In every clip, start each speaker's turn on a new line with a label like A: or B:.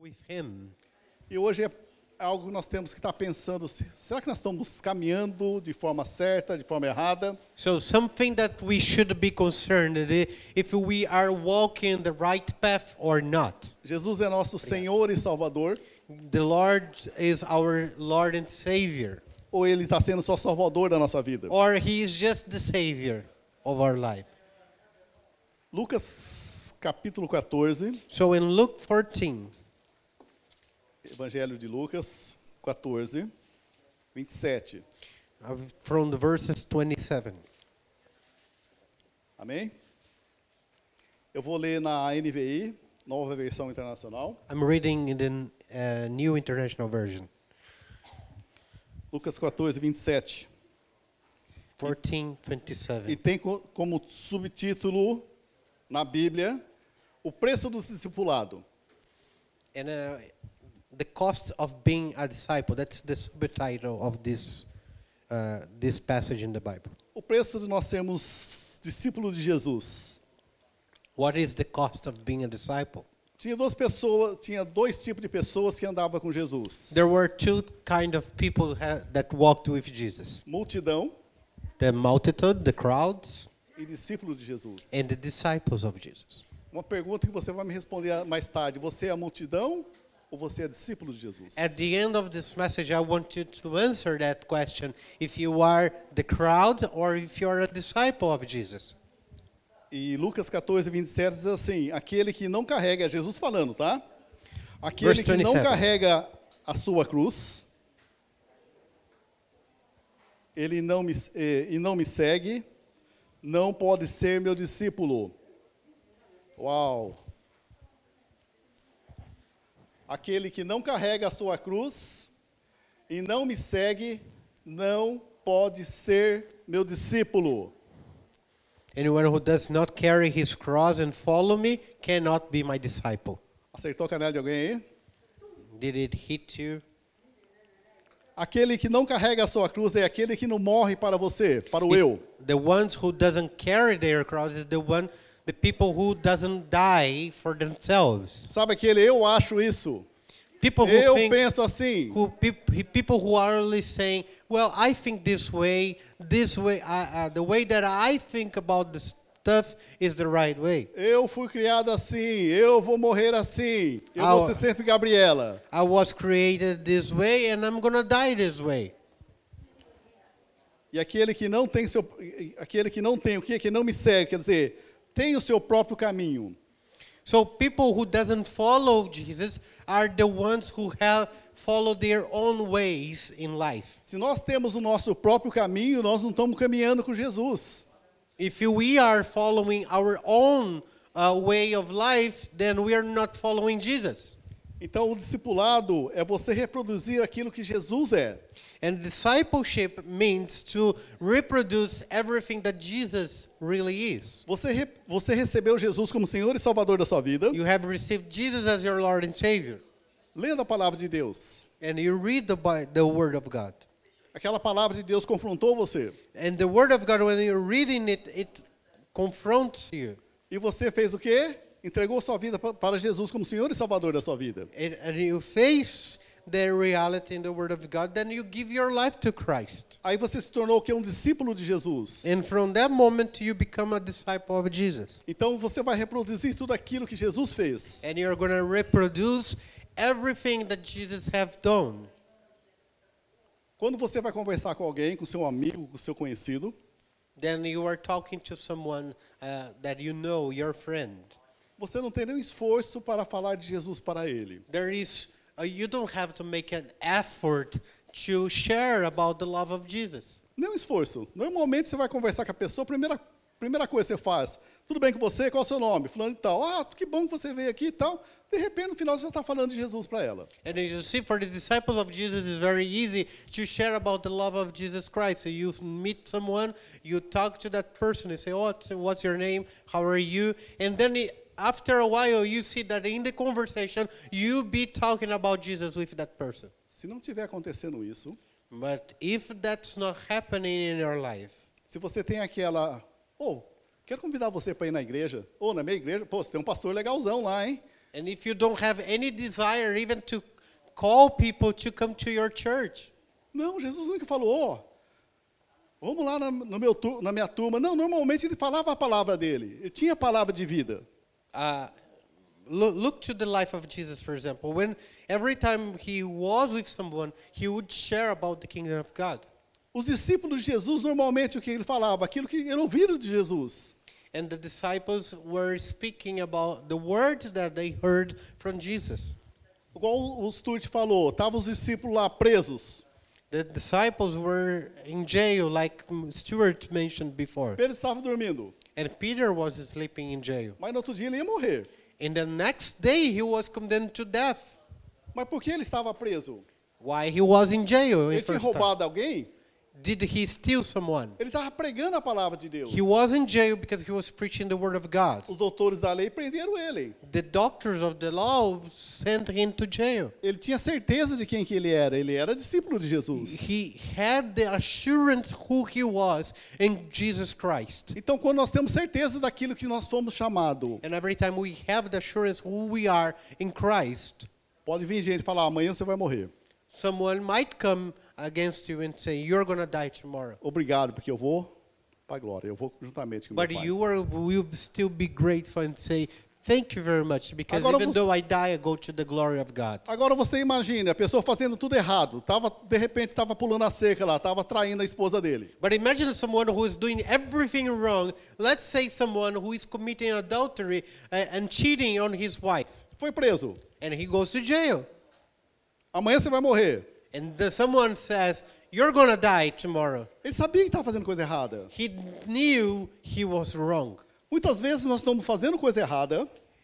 A: with Him.
B: E hoje é algo que nós temos que estar pensando: se- será que nós estamos caminhando de forma certa, de forma errada?
A: So, something that we should be concerned i- if we are walking the right path or not.
B: Jesus é nosso Senhor e Salvador,
A: The Lord is our Lord and Savior,
B: ou Ele está sendo só Salvador da nossa vida?
A: or He is just the Savior of our life.
B: Lucas capítulo 14,
A: So, in Luke 14,
B: Evangelho de Lucas 14, 27.
A: uh, from the verses 27.
B: Amém? Eu vou ler na NVI, nova versão internacional.
A: I'm reading in the uh, New International Version.
B: Lucas 14, 27.
A: 14, 27.
B: E tem co- como subtítulo na Bíblia o preço do discipulado.
A: And uh, the cost of being a disciple. That's the subtitle of this uh, this passage in the Bible.
B: O preço de nós sermos discípulos de Jesus.
A: What is the cost of being a disciple?
B: Tinha duas pessoas, tinha dois tipos de pessoas que andavam com Jesus.
A: There were two kind of people ha- that walked with Jesus:
B: Multidão
A: the multitude, the crowds,
B: e discípulo de Jesus.
A: and the disciples of Jesus.
B: Uma pergunta que você vai me responder mais tarde. Você é a multidão ou você é discípulo de Jesus?
A: At the end of this message, I want you to answer that question: if you are the crowd or if you are a disciple of Jesus.
B: E Lucas 14, 27 diz assim: aquele que não carrega, é Jesus falando, tá? Aquele
A: Verse
B: que não
A: 27.
B: carrega a sua cruz, ele não me, eh, e não me segue, não pode ser meu discípulo. Uau! Aquele que não carrega a sua cruz e não me segue, não pode ser meu discípulo.
A: Anyone who does not carry his cross and follow me cannot be my disciple.
B: Acertou a canela de alguém aí?
A: Did it hit you?
B: Aquele que não carrega a sua cruz é aquele que não morre para você, para o eu.
A: The ones who doesn't carry their cross is the one, the people who doesn't die for themselves.
B: Sabe aquele eu acho isso?
A: People who
B: Eu
A: think,
B: penso assim.
A: who peop- people who are only saying, "Well, I think this way, this way, uh, uh, the way that I think about the stuff is the right way.
B: Eu fui criado assim, eu vou morrer assim. Eu
A: Ah,
B: vou
A: ó.
B: ser sempre Gabriela.
A: I was created this way, and I'm gonna die this way."
B: E aquele que não tem seu aquele que não tem, o que que não me segue, quer dizer, tem o seu próprio caminho.
A: So people who doesn't follow Jesus are the ones who have follow their own ways in life.
B: Se nós temos o nosso próprio caminho, nós não estamos caminhando com Jesus.
A: If we are following our own uh, way of life, then we are not following Jesus.
B: Então o discipulado é você reproduzir aquilo que Jesus é.
A: And discipleship means to reproduce everything that Jesus really is.
B: Você, re- você recebeu Jesus como Senhor e Salvador da sua vida,
A: You have received Jesus as your Lord and Savior,
B: lendo a palavra de Deus.
A: and you read the, Bi- the Word of God.
B: Aquela palavra de Deus confrontou você.
A: And the Word of God, when you're reading it, it confronts you.
B: E você fez o quê? Entregou sua vida pa- para Jesus como Senhor e Salvador da sua vida.
A: And, and you face the reality in the Word of God, then you give your life to Christ.
B: Aí você se tornou o quê? Um discípulo de Jesus.
A: And from that moment, you become a disciple of Jesus.
B: Então você vai reproduzir tudo aquilo que Jesus fez.
A: And you're going to reproduce everything that Jesus have done.
B: Quando você vai conversar com alguém, com seu amigo, com seu conhecido,
A: Then you are talking to someone uh, that you know, your friend.
B: você não tem nenhum esforço para falar de Jesus para ele.
A: There is, uh, you don't have to make an effort to share about the love of Jesus.
B: Nenhum esforço. Normalmente você vai conversar com a pessoa, a primeira, primeira coisa que você faz, tudo bem com você? Qual é o seu nome? Fulano e tal. Ah, que bom que você veio aqui e tal. De repente, no final, você já está falando de Jesus para ela.
A: And as you see, for the disciples of Jesus, it's very easy to share about the love of Jesus Christ. So you meet someone, you talk to that person, you say, oh, what's, what's your name? How are you? And then it, after a while, you see that in the conversation, you be talking about Jesus with that person.
B: Se não tiver acontecendo isso,
A: But if that's not happening in your life,
B: se você tem aquela... Ô, quero convidar você para ir na igreja. Ou na minha igreja, pô, você tem um pastor legalzão lá, hein?
A: And if you don't have any desire even to call people to come to your church,
B: Não, Jesus nunca falou, ó, vamos lá na, no meu tu- na minha turma. Não, normalmente ele falava a palavra dele. Ele tinha a palavra de vida.
A: uh, look, look to the life of Jesus, for example. When every time he was with someone, he would share about the kingdom of God.
B: Os discípulos de Jesus, normalmente, o que ele falava? Aquilo que eles ouviram de Jesus.
A: And the disciples were speaking about the words that they heard from Jesus.
B: Igual o Stuart falou, estavam os discípulos lá presos.
A: The disciples were in jail, like mm, Stuart mentioned before.
B: Pedro estava dormindo,
A: And Peter was sleeping in jail.
B: mas no outro dia ele ia morrer.
A: And the next day, he was condemned to death.
B: Mas por que ele estava preso?
A: Why he was in jail? in
B: Ele
A: first
B: tinha
A: time.
B: roubado alguém?
A: Did he steal someone?
B: Ele estava pregando a palavra de Deus.
A: He was in jail because he was preaching the word of God.
B: Os doutores da lei prenderam ele.
A: The doctors of the law sent him to jail.
B: Ele tinha certeza de quem que ele era. Ele era discípulo de Jesus.
A: He had the assurance who he was in Jesus Christ.
B: Então, quando nós temos certeza daquilo que nós fomos chamado,
A: And every time we have the assurance who we are in Christ,
B: pode vir gente falar: amanhã você vai morrer.
A: someone might come against you and say, You're going to die tomorrow.
B: Obrigado, porque eu vou para a glória. Eu vou juntamente com meu
A: But
B: pai.
A: you are, will still be grateful and say, Thank you very much, because
B: Agora
A: even
B: você-
A: though I die, I go to the glory of God.
B: Agora você imagina a pessoa fazendo tudo errado. Tava, de repente estava pulando a cerca lá, estava traindo a esposa dele.
A: But imagine someone who is doing everything wrong. Let's say someone who is committing adultery uh, and cheating on his wife,
B: Foi preso.
A: and he goes to jail.
B: Amanhã você vai morrer.
A: And the, someone says, You're gonna die tomorrow.
B: Ele sabia que estava fazendo coisa errada.
A: He knew he was wrong.
B: Muitas vezes nós estamos fazendo coisa errada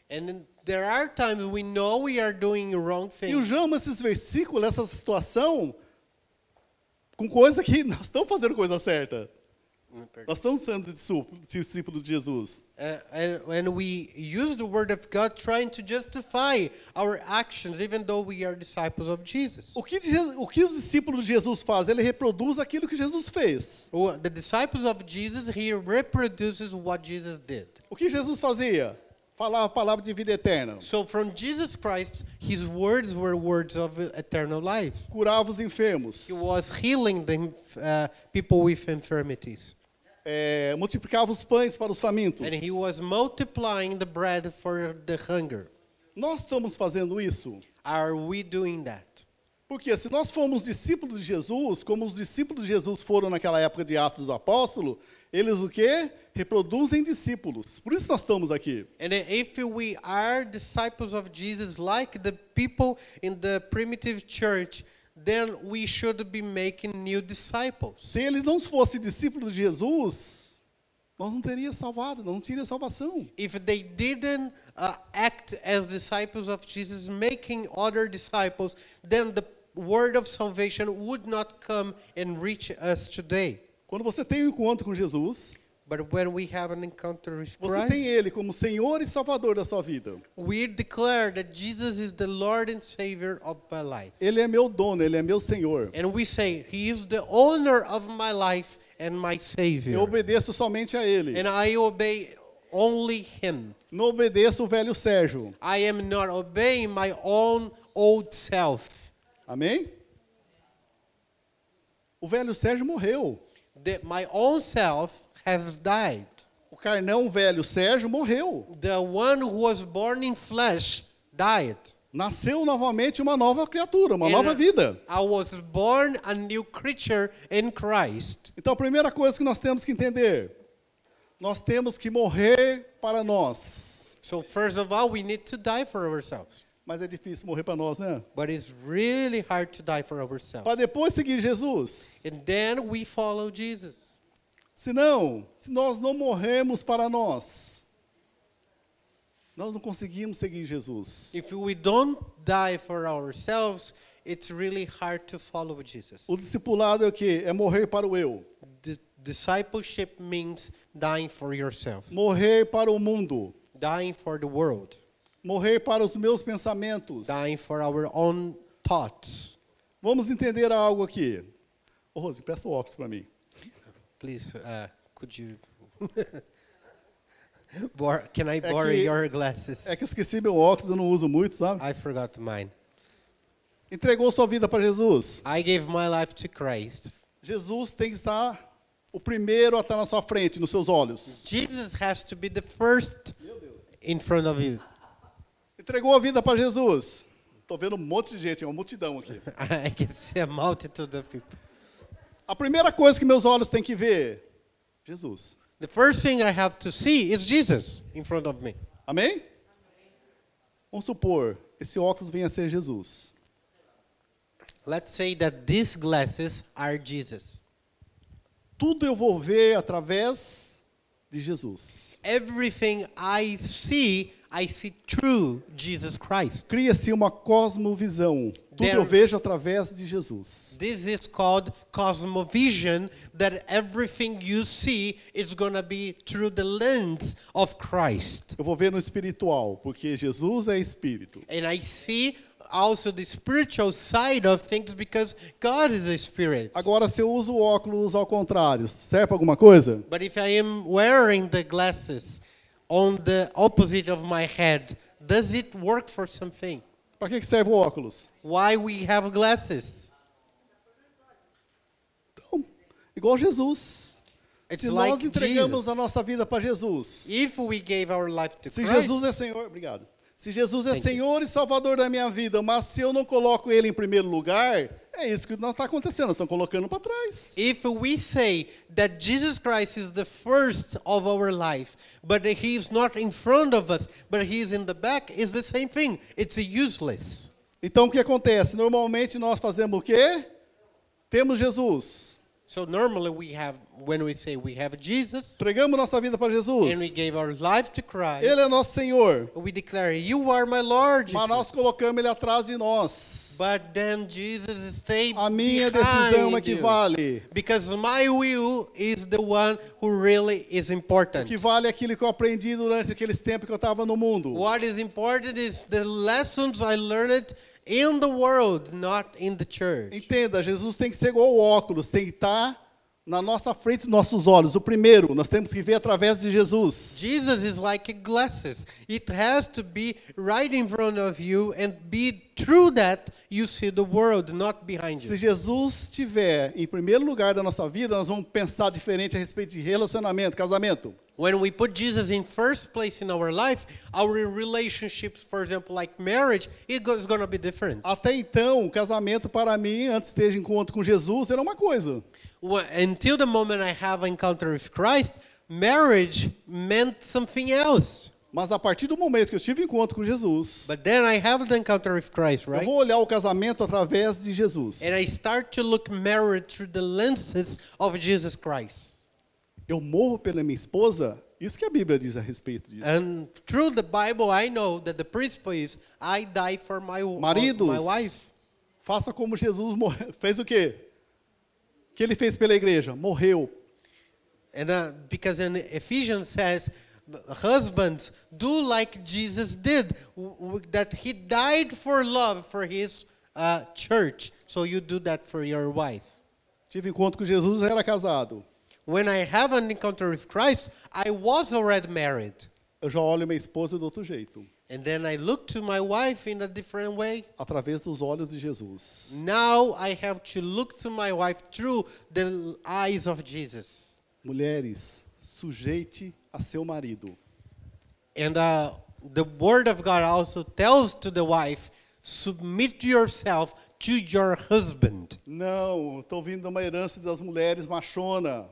A: And then there are times we know we are doing wrong
B: e
A: things.
B: usamos esses versículos, essa situação, com coisa que nós estamos fazendo coisa certa. Nós estamos sendo discípulo- discípulo de Jesus.
A: Uh, and, and we use the word of God trying to justify our actions, even though we are disciples of Jesus.
B: O que, de- o que os discípulos de Jesus fazem? Ele reproduz aquilo que Jesus fez.
A: Well, The disciples of Jesus, he reproduces what Jesus did.
B: O que Jesus fazia? Falava a palavra de vida eterna.
A: So from Jesus Christ, his words were words of eternal life.
B: curava os enfermos,
A: He was healing the uh, people with infirmities,
B: é, multiplicava os pães para os famintos.
A: and he was multiplying the bread for the hunger.
B: Nós estamos fazendo isso
A: Are we doing that?
B: porque se nós formos discípulos de Jesus, como os discípulos de Jesus foram naquela época de Atos do Apóstolo, eles o quê? Reproduzem discípulos. Por isso nós estamos aqui.
A: And if we are disciples of Jesus, like the people in the primitive church, then we should be making new disciples.
B: Se eles não fossem discípulos de Jesus, nós não teríamos salvado, não teria salvação.
A: If they didn't uh, act as disciples of Jesus, making other disciples, then the word of salvation would not come and reach us today.
B: Quando você tem um encontro com Jesus,
A: But when we have an encounter with
B: você tem
A: Christ,
B: Ele como Senhor e Salvador da sua vida.
A: we declare that Jesus is the Lord and Savior of my life.
B: Ele é meu dono, Ele é meu Senhor.
A: And we say, He is the owner of my life and my
B: Eu
A: Savior.
B: obedeço somente a Ele.
A: And I obey only Him.
B: Não obedeço o velho Sérgio.
A: I am not obeying my own old self.
B: Amém? O velho Sérgio morreu.
A: That my own self has died.
B: O carnão velho Sérgio morreu.
A: The one who was born in flesh died.
B: Nasceu novamente uma nova criatura, uma
A: And
B: nova vida.
A: I was born a new creature in Christ.
B: Então a primeira coisa que nós temos que entender, nós temos que morrer para nós.
A: So first of all, we need to die for ourselves.
B: Mas é difícil morrer para nós, né?
A: But it's really hard to die for ourselves.
B: Para depois seguir Jesus.
A: And then we follow Jesus.
B: Se não, se nós não morrermos para nós, nós não conseguimos seguir Jesus.
A: If we don't die for ourselves, it's really hard to follow Jesus.
B: O discipulado é o quê? É morrer para o eu.
A: Di- discipleship means dying for yourself,
B: morrer para o mundo,
A: dying for the world,
B: morrer para os meus pensamentos.
A: dying for our own thoughts.
B: Vamos entender algo aqui. Ô, Rose, presta o óculos para mim.
A: Please, uh, could you? Bor- Can I
B: que-
A: borrow your glasses?
B: É que eu esqueci meu óculos, eu não uso muito, sabe?
A: I forgot mine.
B: Entregou sua vida para Jesus.
A: I gave my life to Christ.
B: Jesus tem que estar o primeiro a estar na sua frente, nos seus olhos.
A: Jesus has to be the first in front of you.
B: Entregou a vida para Jesus. Estou vendo um monte de gente, uma multidão aqui.
A: I can see a multitude of people.
B: A primeira coisa que meus olhos têm que ver, Jesus.
A: The first thing I have to see is Jesus in front of me.
B: Amém? Vamos supor, esse óculos venha a ser Jesus.
A: Let's say that these glasses are Jesus.
B: Tudo eu vou ver através de Jesus.
A: Everything I see, I see through Jesus Christ.
B: Cria-se uma cosmovisão. Tudo
A: There-
B: eu vejo através de Jesus.
A: This is called cosmovision that everything you see is going to be through the lens of Christ.
B: Eu vou ver no espiritual, porque Jesus é espírito.
A: And I see also the spiritual side of things because God is a spirit.
B: Agora, se eu uso o óculos ao contrário, serve para alguma coisa?
A: But if I am wearing the glasses on the opposite of my head, does it work for something?
B: Para que que serve o óculos?
A: Why we have glasses?
B: Então, igual Jesus.
A: It's
B: se
A: like
B: nós entregamos a nossa vida para Jesus,
A: If we gave our life to
B: se
A: Christ,
B: Jesus é Senhor, obrigado. Se Jesus é
A: Thank you.
B: Senhor e Salvador da minha vida, mas se eu não coloco Ele em primeiro lugar, é isso que não está acontecendo. Nós estamos colocando para trás.
A: if we say that Jesus Christ is the first of our life, but that he is not in front of us, but he is in the back, is the same thing. It's useless.
B: Então, o que acontece? Normalmente nós fazemos o quê? Temos Jesus.
A: So normally we have when we say we have Jesus
B: Entregamos nossa vida para
A: and we
B: Jesus.
A: gave our life to Christ,
B: Ele é nosso Senhor.
A: we declare, "You are my Lord."
B: Mas
A: Jesus."
B: nós colocamos Ele atrás de nós.
A: But then Jesus stayed
B: A minha
A: behind
B: decisão é que
A: you.
B: vale.
A: Because my will is the one who really is
B: O
A: important.
B: que vale é aquilo que eu aprendi durante aqueles tempos que eu estava no mundo.
A: What is important is the lessons I learned in the world, not in the church.
B: Entenda, Jesus tem que ser igual o óculos, tem que estar na nossa frente, nos nossos olhos. O primeiro, nós temos que ver através de Jesus.
A: Jesus is like a glasses. It has to be right in front of you and be through that you see the world, not behind
B: Se
A: you.
B: Jesus estiver em primeiro lugar da nossa vida, nós vamos pensar diferente a respeito de relacionamento, casamento.
A: When we put Jesus in first place in our life, our relationships, for example, like marriage, it go- is going to be different.
B: Até então, o casamento para mim, antes de ter encontro com Jesus, era uma coisa.
A: Well, until the moment I have encounter with Christ, marriage meant something else.
B: Mas a partir do momento que eu tive encontro com Jesus,
A: But then I have the encounter with Christ,
B: eu
A: right?
B: vou olhar o casamento através de Jesus.
A: And I start to look married through the lenses of Jesus Christ.
B: Eu morro pela minha esposa? Isso que a Bíblia diz a respeito disso.
A: And through the Bible, I know that the principle is I die for É, my,
B: Maridos,
A: my wife.
B: faça como Jesus morre- fez o quê? O que ele fez pela igreja? Morreu.
A: And uh, because in Ephesians says, husbands, do like Jesus did, w- w- that he died for love for his uh, church. So you do that for your wife.
B: Tive encontro com Jesus, era casado.
A: When I have an encounter with Christ, I was already married.
B: Eu já olho minha esposa do outro jeito,
A: And then I look to my wife in a different way.
B: através dos olhos de Jesus.
A: Now I have to look to my wife through the eyes of Jesus.
B: Mulheres, sujeite a seu marido.
A: And uh, the word of God also tells to the wife, submit yourself to your husband.
B: Não, estou vindo de uma herança das mulheres machona.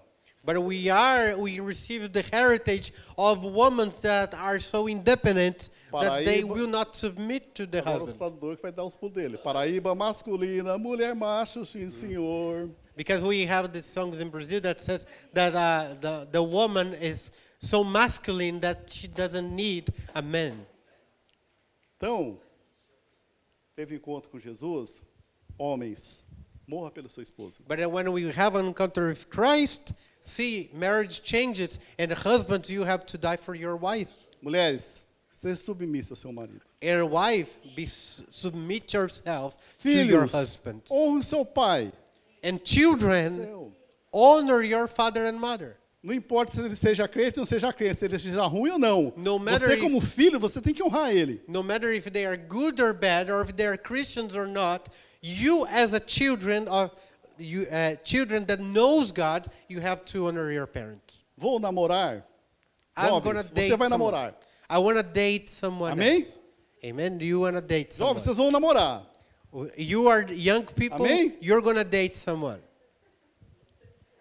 A: But we are we receive the heritage of women that are so independent that they
B: Paraíba.
A: will not submit to the
B: Agora o
A: husband.
B: tradutor que vai dar os pulos dele. Paraíba masculina, mulher macho,
A: Hum.
B: sim senhor.
A: Because we have these songs in Brazil that says that uh, the, the woman is so masculine that she doesn't need a man.
B: Então, teve encontro com Jesus, homens, morra pela sua esposa.
A: But when we have an encounter with Christ, see, marriage changes, and husbands, you have to die for your wife.
B: Mulheres, seja submissa ao seu marido.
A: And wife, be, submit yourself to your
B: Filhos,
A: husband.
B: honre seu pai.
A: And children,
B: Seu.
A: honor your father and mother.
B: Não importa se ele seja crente ou não seja crente, se ele seja ruim ou não.
A: No matter
B: você,
A: if-
B: como filho, você tem que honrar ele.
A: No matter if they are good or bad, or if they are Christians or not, you as a children or you uh, children that knows God, you have to honor your parents.
B: Vou namorar.
A: I'm
B: Jovens,
A: gonna
B: você
A: date
B: vai
A: someone.
B: namorar.
A: I wanna date someone.
B: Amém?
A: else. Amen. You wanna date someone.
B: Jovens, vocês vão namorar.
A: You are young people.
B: Amém?
A: You're gonna date someone.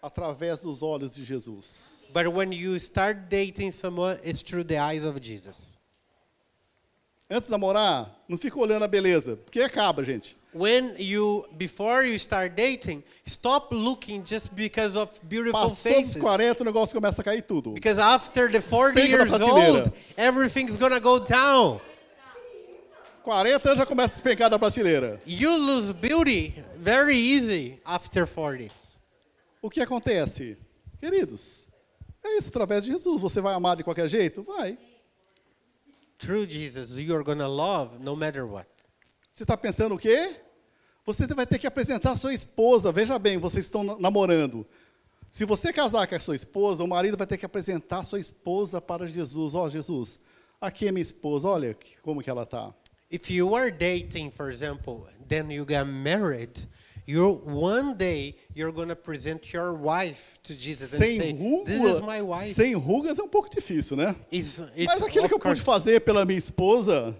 B: Através dos olhos de Jesus.
A: But when you start dating someone, it's through the eyes of Jesus.
B: Antes de namorar, não fica olhando a beleza, porque acaba, gente.
A: When you before you start dating, stop looking just because of beautiful
B: Passou dos
A: faces.
B: 40, o negócio começa a cair tudo.
A: Because after the 40
B: Pega na
A: years
B: prateleira.
A: old, everything's gonna go down.
B: 40 anos já começa a despencar da prateleira.
A: You lose beauty very easy after 40.
B: O que acontece? Queridos, é isso, através de Jesus. Você vai amar de qualquer jeito? Vai.
A: Through Jesus, you're gonna love no matter what.
B: Você está pensando o quê? Você vai ter que apresentar a sua esposa. Veja bem, vocês estão na- namorando. Se você casar com a sua esposa, o marido vai ter que apresentar a sua esposa para Jesus. Ó, Jesus, aqui é minha esposa. Olha que- como que ela tá. está.
A: If you are dating, for example, then you get married, you one day you're gonna present your wife to Jesus and
B: Sem
A: say, "This is my
B: rugas,
A: wife."
B: sem rugas é um pouco difícil, né?
A: It's, it's
B: Mas aquilo
A: of
B: que eu
A: course,
B: pude fazer pela minha esposa,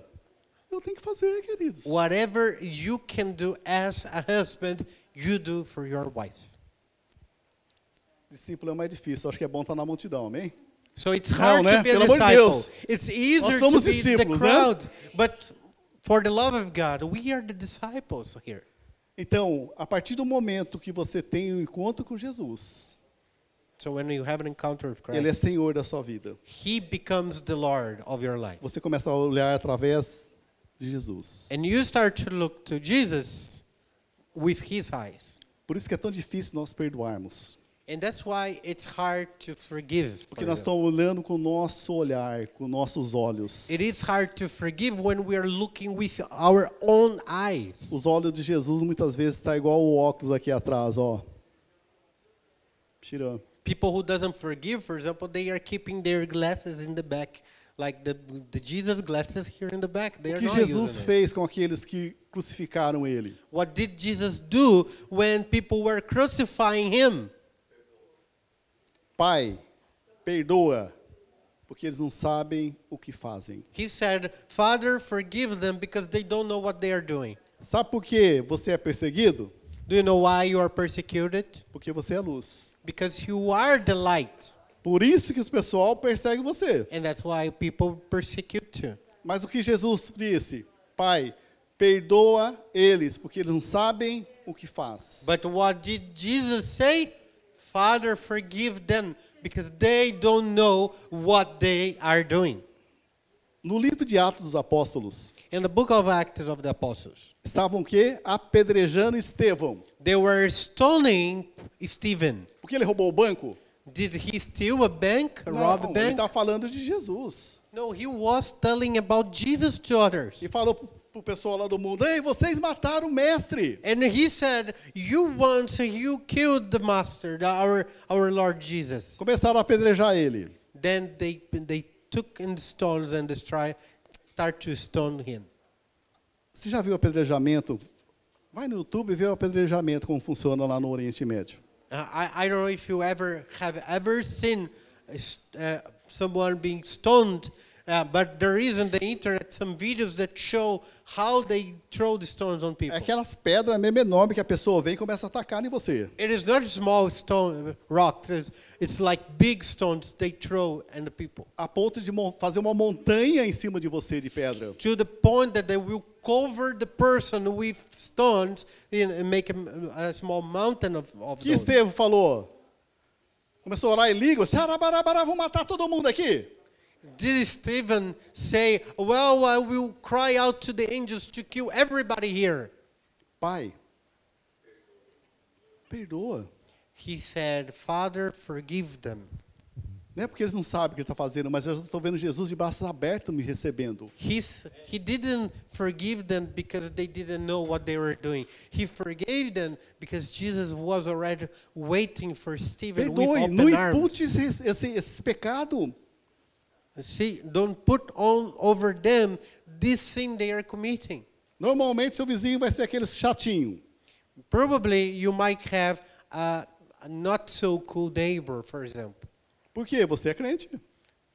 B: eu tenho que fazer, queridos.
A: Whatever you can do as a husband, you do for your wife.
B: Discípulo é mais difícil. Acho que é bom estar na multidão, amém?
A: So it's
B: Não,
A: hard
B: né?
A: to be a
B: Pelo amor de
A: disciple.
B: Deus.
A: It's easier to
B: somos
A: be the
B: discípulos, né?
A: crowd, but for the love of God, we are the disciples here.
B: Então, a partir do momento que você tem um encontro com Jesus,
A: So when you have an encounter with Christ,
B: Ele é Senhor da sua vida.
A: he becomes the Lord of your life.
B: Você começa a olhar através de Jesus.
A: And you start to look to Jesus with his eyes.
B: Por isso que é tão difícil nós perdoarmos.
A: And that's why it's hard to forgive.
B: Porque
A: for
B: nós
A: example.
B: estamos olhando com o nosso olhar, com nossos olhos.
A: It is hard to forgive when we are looking with our own eyes.
B: Os olhos de Jesus muitas vezes está igual o óculos aqui atrás, ó. Tirando.
A: People who doesn't forgive, for example, they are keeping their glasses in the back, like the, the Jesus glasses here in the back. They
B: O
A: are
B: que
A: not
B: Jesus
A: using it.
B: fez com aqueles que crucificaram ele?
A: What did Jesus do when people were crucifying him?
B: Pai, perdoa, porque eles não sabem o que fazem.
A: He said, "Father, forgive them because they don't know what they are doing."
B: Sabe por que você é perseguido?
A: Do you know why you are persecuted?
B: Porque você é luz.
A: Because you are the light,
B: Por isso que o pessoal persegue você.
A: and that's why people persecute you.
B: Mas o que Jesus disse? Pai, perdoa eles, porque eles não sabem o que faz.
A: But what did Jesus say? Father, forgive them because they don't know what they are doing.
B: No livro de Atos dos Apóstolos,
A: In the book of Acts of the Apostles,
B: estavam o quê? Apedrejando Estevão.
A: they were stoning Stephen.
B: Porque ele roubou o banco?
A: Did he steal a bank, rob a
B: Não, ele
A: bank?
B: está falando de Jesus.
A: No, he was telling about Jesus to others.
B: E falou para o pessoal lá do mundo, Ei, vocês mataram o mestre.
A: And he said, You once you killed the master, the- our, our Lord Jesus.
B: Começaram a apedrejar ele.
A: Then they, they took in the stones and they try, start to stone him.
B: Você já viu apedrejamento? Vai no YouTube e vê o apedrejamento, como funciona lá no Oriente Médio.
A: Uh, I, I don't know if you ever have ever seen uh, s- uh, someone being stoned, uh, but there is on the internet some videos that show how they throw the stones on
B: É
A: people.
B: aquelas pedras mesmo enormes que a pessoa vem e começa a atacar em você.
A: It is not small stone rocks. It's, it's like big stones they throw at the people
B: A ponto de mon- fazer uma montanha em cima de você de pedra.
A: to the point that they will cover the person with stones in- and make a, m- a small mountain of, of
B: Que
A: those.
B: Estevão falou? Começou a orar e liga, xarabarabará, vou matar todo mundo aqui.
A: Did Stephen say, "Well, I will cry out to the angels to kill everybody here"?
B: Pai, perdoa.
A: He said, Father, forgive them.
B: Não é porque eles não sabem o que ele está fazendo, mas eu estou vendo Jesus de braços abertos me recebendo.
A: He's, he didn't forgive them because they didn't know what they were doing. He forgave them because Jesus was already waiting for Stephen with
B: Perdoe, não
A: open arms.
B: impute esse, esse, esse pecado.
A: See, don't put on over them this sin they are committing.
B: Normalmente seu vizinho vai ser aquele chatinho.
A: Probably you might have a, a not so cool neighbor, for example,
B: Por quê? Você é crente.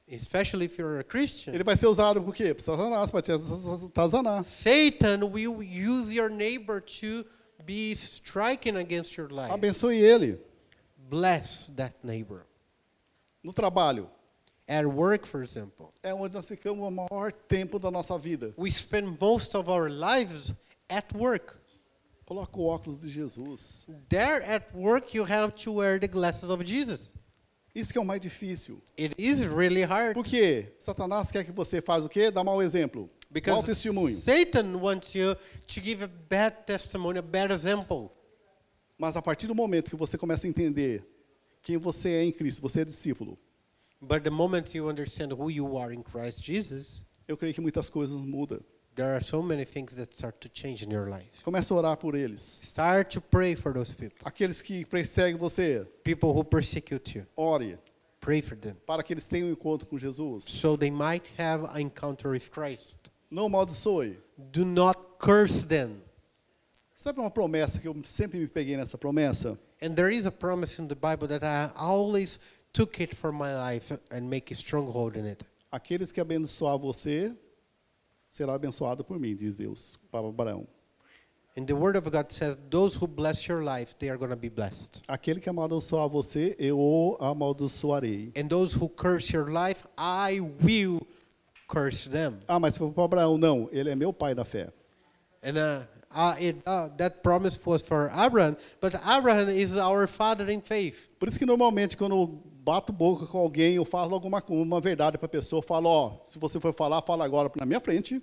A: especially if you're a Christian.
B: Ele vai ser usado por quê? Para Satanás, para te atazanar.
A: Satan will use your neighbor to be striking against your life.
B: Abençoe ele
A: Bless that neighbor.
B: no trabalho.
A: At work, for example,
B: É onde nós ficamos o maior tempo da nossa vida.
A: we spend most of our lives at work.
B: Coloca o óculos de Jesus.
A: There at work, you have to wear the glasses of Jesus.
B: Isso que é o mais difícil.
A: It is really hard
B: Por quê? Satanás quer que você faça o quê? Dá mau exemplo. Mau
A: because
B: testemunho.
A: Satan wants you to give a bad testimony, a bad example.
B: Mas a partir do momento que você começa a entender quem você é em Cristo, você é discípulo,
A: But the moment you understand who you are in Christ Jesus,
B: eu creio que muitas coisas mudam.
A: there are so many things that start to change in your life.
B: Começa a orar por eles.
A: Start to pray for those people.
B: Aqueles que perseguem você,
A: People who persecute you,
B: ore
A: pray for them
B: para que eles tenham um encontro com Jesus.
A: so they might have an encounter with Christ.
B: Não amaldiçoe.
A: Do not curse them.
B: Sabe uma promessa que eu sempre me peguei nessa promessa?
A: And there is a promise in the Bible that I always took it for my life and make a stronghold in it.
B: Aqueles que abençoar você será abençoado por mim, diz Deus para Abraão.
A: And the word of God says, those who bless your life, they are going to be blessed.
B: Aquele que amaldiçoar você, eu o amaldiçoarei.
A: And those who curse your life, I will curse them.
B: Ah, mas foi para Abraão, não. Ele é meu pai da fé.
A: And uh, uh, it, uh, that promise was for Abraham, but Abraham is our father in faith.
B: Por isso que normalmente quando eu bato boca com alguém, eu falo alguma co- uma verdade para a pessoa, eu falo, ó, se você for falar, fala agora na minha frente,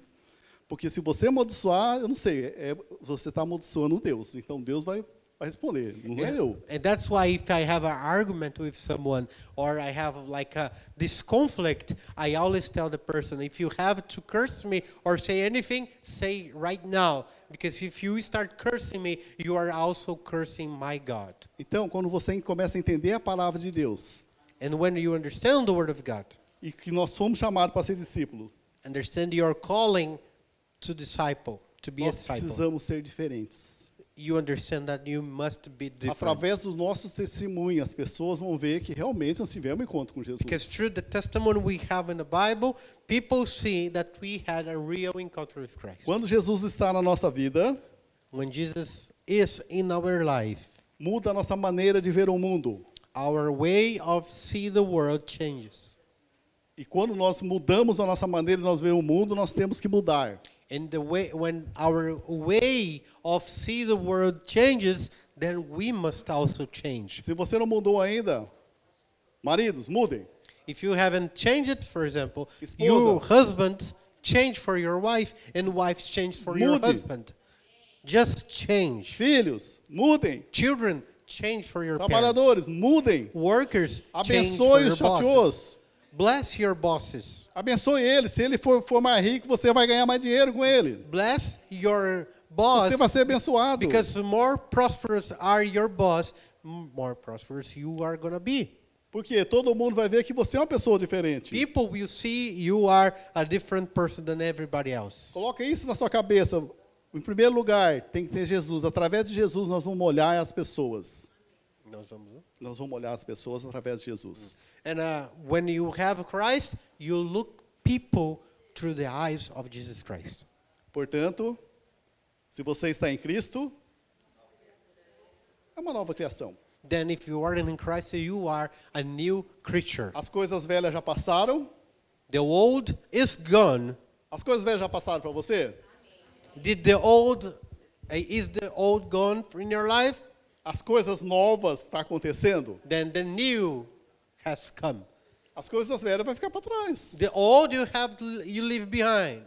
B: porque se você amaldiçoar, eu não sei, é- você está amaldiçoando Deus, então Deus vai, vai responder, não é eu.
A: And that's why if I have an argument with someone or I have like a, this conflict, I always tell the person, if you have to curse me or say anything, say right now. Because if you start cursing me, you are also cursing my God.
B: Então, quando você começa a entender a palavra de Deus
A: And when you understand the word of God,
B: e que nós fomos chamados para ser discípulo,
A: understand your calling to disciple, to be a
B: nós
A: disciple.
B: precisamos ser diferentes.
A: You understand that you must be different.
B: Através dos nossos testemunhos, as pessoas vão ver que realmente nós tivemos um encontro com Jesus.
A: Because through the testimony we have in the Bible, people see that we had a real encounter with Christ.
B: Quando Jesus está na nossa vida,
A: When Jesus is in our life,
B: muda a nossa maneira de ver o mundo.
A: our way of see the world changes.
B: E quando nós mudamos a nossa maneira de nós ver o mundo, nós temos que mudar.
A: And the way when our way of see the world changes, then we must also change.
B: Se você não mudou ainda, maridos, mudem.
A: If you haven't changed it, for example,
B: Esposa.
A: your husband change for your wife and wife change for your
B: Mude.
A: husband. Just change.
B: Filhos, mudem.
A: Children change for your parents.
B: Trabalhadores, mudem.
A: Workers change for
B: Abençoe
A: your
B: os
A: bosses.
B: chateos.
A: Bless your bosses.
B: Abençoe ele. Se ele for, for mais rico, você vai ganhar mais dinheiro com ele.
A: Bless your boss
B: Você vai ser abençoado.
A: because the more prosperous are your boss, m- more prosperous you are going to be.
B: Porque todo mundo vai ver que você é uma pessoa diferente.
A: People will see you are a different person than everybody else.
B: Coloca isso na sua cabeça. Em primeiro lugar, tem que ter Jesus. Através de Jesus, nós vamos olhar as pessoas.
A: Nós vamos-
B: Nós vamos olhar as pessoas através de Jesus.
A: And uh, when you have Christ, you look people through the eyes of Jesus Christ.
B: Portanto, se você está em Cristo, é uma nova criação.
A: Then, if you are in Christ, you are a new creature.
B: As coisas velhas já passaram?
A: The old is gone.
B: As coisas velhas já passaram para você?
A: Did the old uh, is the old gone in your life?
B: As coisas novas estão acontecendo?
A: Then the new has come.
B: As coisas velhas vai ficar para trás.
A: The old you have to, you leave behind.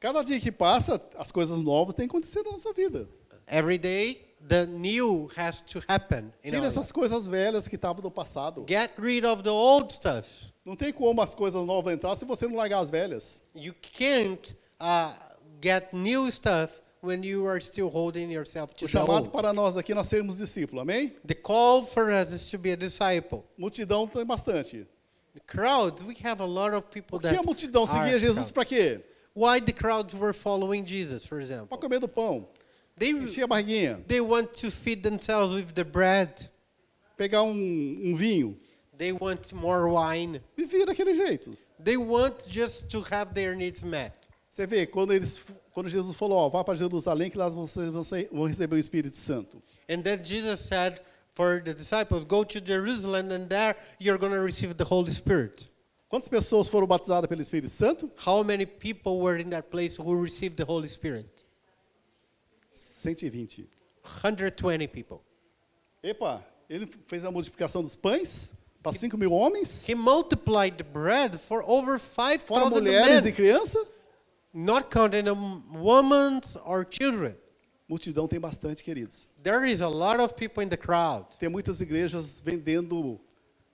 B: Cada dia que passa, as coisas novas têm que acontecer na nossa vida.
A: Every day the new has to happen. In
B: Tira
A: our
B: essas
A: life.
B: coisas velhas que estavam do passado.
A: Get rid of the old stuff.
B: Não tem como as coisas novas entrar se você não largar as velhas.
A: You can't uh, get new stuff when you are still holding yourself to
B: O
A: the
B: chamado
A: old.
B: para nós aqui nós sermos discípulos, amém?
A: The call for us is to be a disciple.
B: Multidão tem bastante.
A: The crowds, we have a lot of people
B: Por que
A: that
B: a multidão seguia
A: are
B: Jesus
A: crowd.
B: para quê?
A: Why the crowds were following Jesus, for
B: Para
A: example.
B: comer do pão,
A: They,
B: encher a barriguinha,
A: they want to feed themselves with the bread.
B: pegar um, um vinho
A: They want more wine.
B: viver daquele jeito.
A: They want just to have their needs met.
B: Você vê, quando, eles, quando Jesus falou, ó, vá para Jerusalém, que lá vocês vão ser- vão receber o Espírito Santo.
A: And then Jesus said for the disciples, Go to Jerusalem, and there you're going to receive the Holy Spirit.
B: Quantas pessoas foram batizadas pelo Espírito Santo?
A: How many people were in that place who received the Holy Spirit?
B: 120.
A: 120 people.
B: Epa, ele fez a multiplicação dos pães para 5 mil homens,
A: He multiplied the bread for over
B: fora
A: 5,000
B: mulheres e
A: men,
B: criança.
A: not counting um, women or children.
B: Multidão tem bastante, queridos.
A: There is a lot of people in the crowd.
B: Tem muitas igrejas vendendo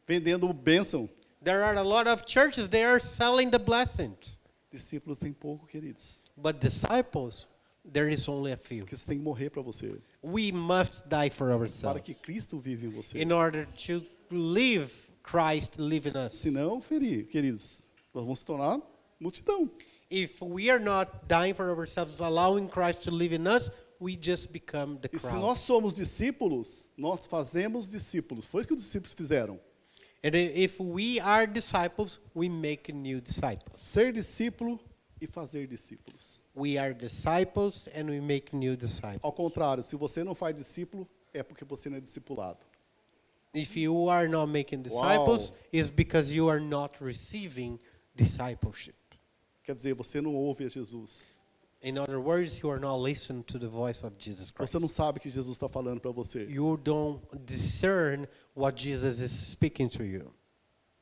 B: vendendo bênção.
A: There are a lot of churches, they are selling the blessings.
B: Discípulos tem pouco, queridos.
A: But disciples, there is only a few.
B: Porque você tem que morrer para você,
A: We must die for
B: para
A: ourselves
B: que Cristo vive em você.
A: in order to live Christ live in us.
B: Senão, ferir, queridos, nós vamos se tornar multidão.
A: If we are not dying for ourselves, allowing Christ to live in us, we just become the
B: E se
A: crowd.
B: nós somos discípulos, nós fazemos discípulos. Foi isso que os discípulos fizeram.
A: And i- if we are disciples, we make new disciples.
B: Ser discípulo e fazer discípulos.
A: We are disciples and we make new disciples.
B: Ao contrário, se você não faz discípulo, é porque você não é discipulado.
A: If you are not making disciples,
B: Wow.
A: it's because you are not receiving discipleship.
B: Quer dizer, você não ouve a Jesus.
A: In other words, you are not listening to the voice of Jesus Christ.
B: Você não sabe o que Jesus está falando para você.
A: You don't discern what Jesus is speaking to you.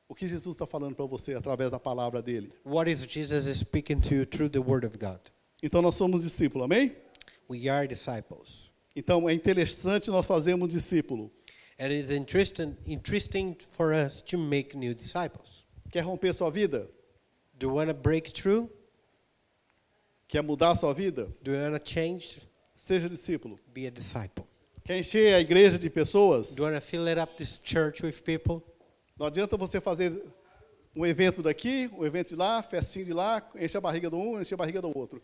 B: O que Jesus está falando para você através da palavra dele.
A: What is Jesus is speaking to you through the Word of God?
B: Então nós somos discípulos, amém?
A: We are disciples.
B: Então é interessante nós fazermos um discípulo.
A: And it is interesting, interesting for us to make new disciples.
B: Quer romper sua vida?
A: Do you want to break through?
B: Quer mudar sua vida?
A: Do you want to change?
B: Seja discípulo.
A: Be a disciple.
B: Quer encher a igreja de pessoas?
A: Do you want to fill it up this church with people?
B: Não adianta você fazer um evento daqui, um evento de lá, festinha de lá, enche a barriga do um, enche a barriga do outro.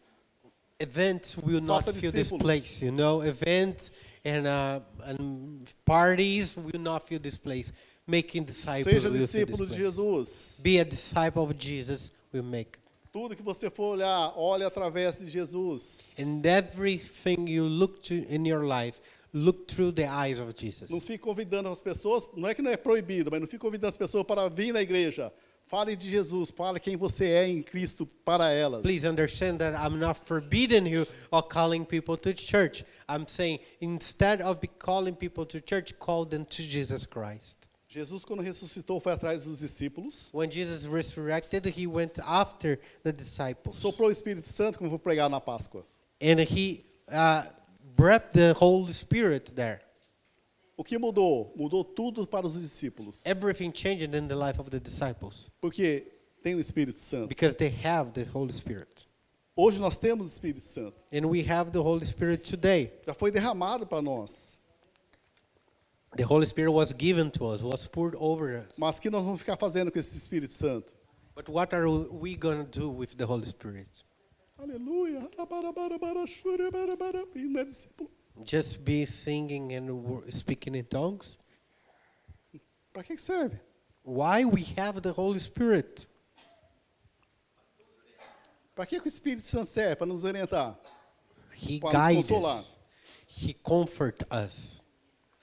A: Events will not
B: Faça
A: fill this
B: discípulos.
A: place, you know. Events and, uh, and parties will not fill this place. Making disciples
B: Seja
A: will fill
B: discípulo
A: this
B: de
A: place.
B: Jesus.
A: Be a disciple of Jesus will make.
B: Tudo que você for olhar, olhe através de Jesus.
A: And everything you look to in your life, look through the eyes of Jesus.
B: Não fique convidando as pessoas, não é que não é proibido, mas não fique convidando as pessoas para vir na igreja. Fale de Jesus, fale quem você é em Cristo para elas.
A: Please understand that I'm not forbidding you or calling people to church. I'm saying instead of be calling people to church, call them to Jesus Christ.
B: Jesus, quando ressuscitou, foi atrás dos discípulos,
A: When Jesus resurrected, he went after the disciples,
B: soprou o Espírito Santo, como eu vou pregar na Páscoa.
A: and he uh, breathed the Holy Spirit there.
B: O que mudou? Mudou tudo para os discípulos.
A: Everything changed in the life of the disciples
B: Porque tem o Espírito Santo.
A: because they have the Holy Spirit,
B: Hoje nós temos o Espírito Santo.
A: and we have the Holy Spirit today.
B: Já foi derramado para nós.
A: The Holy Spirit was given to us, was poured over us.
B: Mas o que nós vamos ficar fazendo com esse Espírito Santo?
A: But what are we going to do with the Holy Spirit?
B: Aleluia. Arabarabara, xurabarabara. E não é discípulo.
A: Just be singing and wo- speaking in tongues?
B: Para que que serve?
A: Why we have the Holy Spirit?
B: Para que, que o Espírito Santo serve? Para nos orientar.
A: He
B: Para nos
A: guides
B: consolar.
A: us. He comforts us.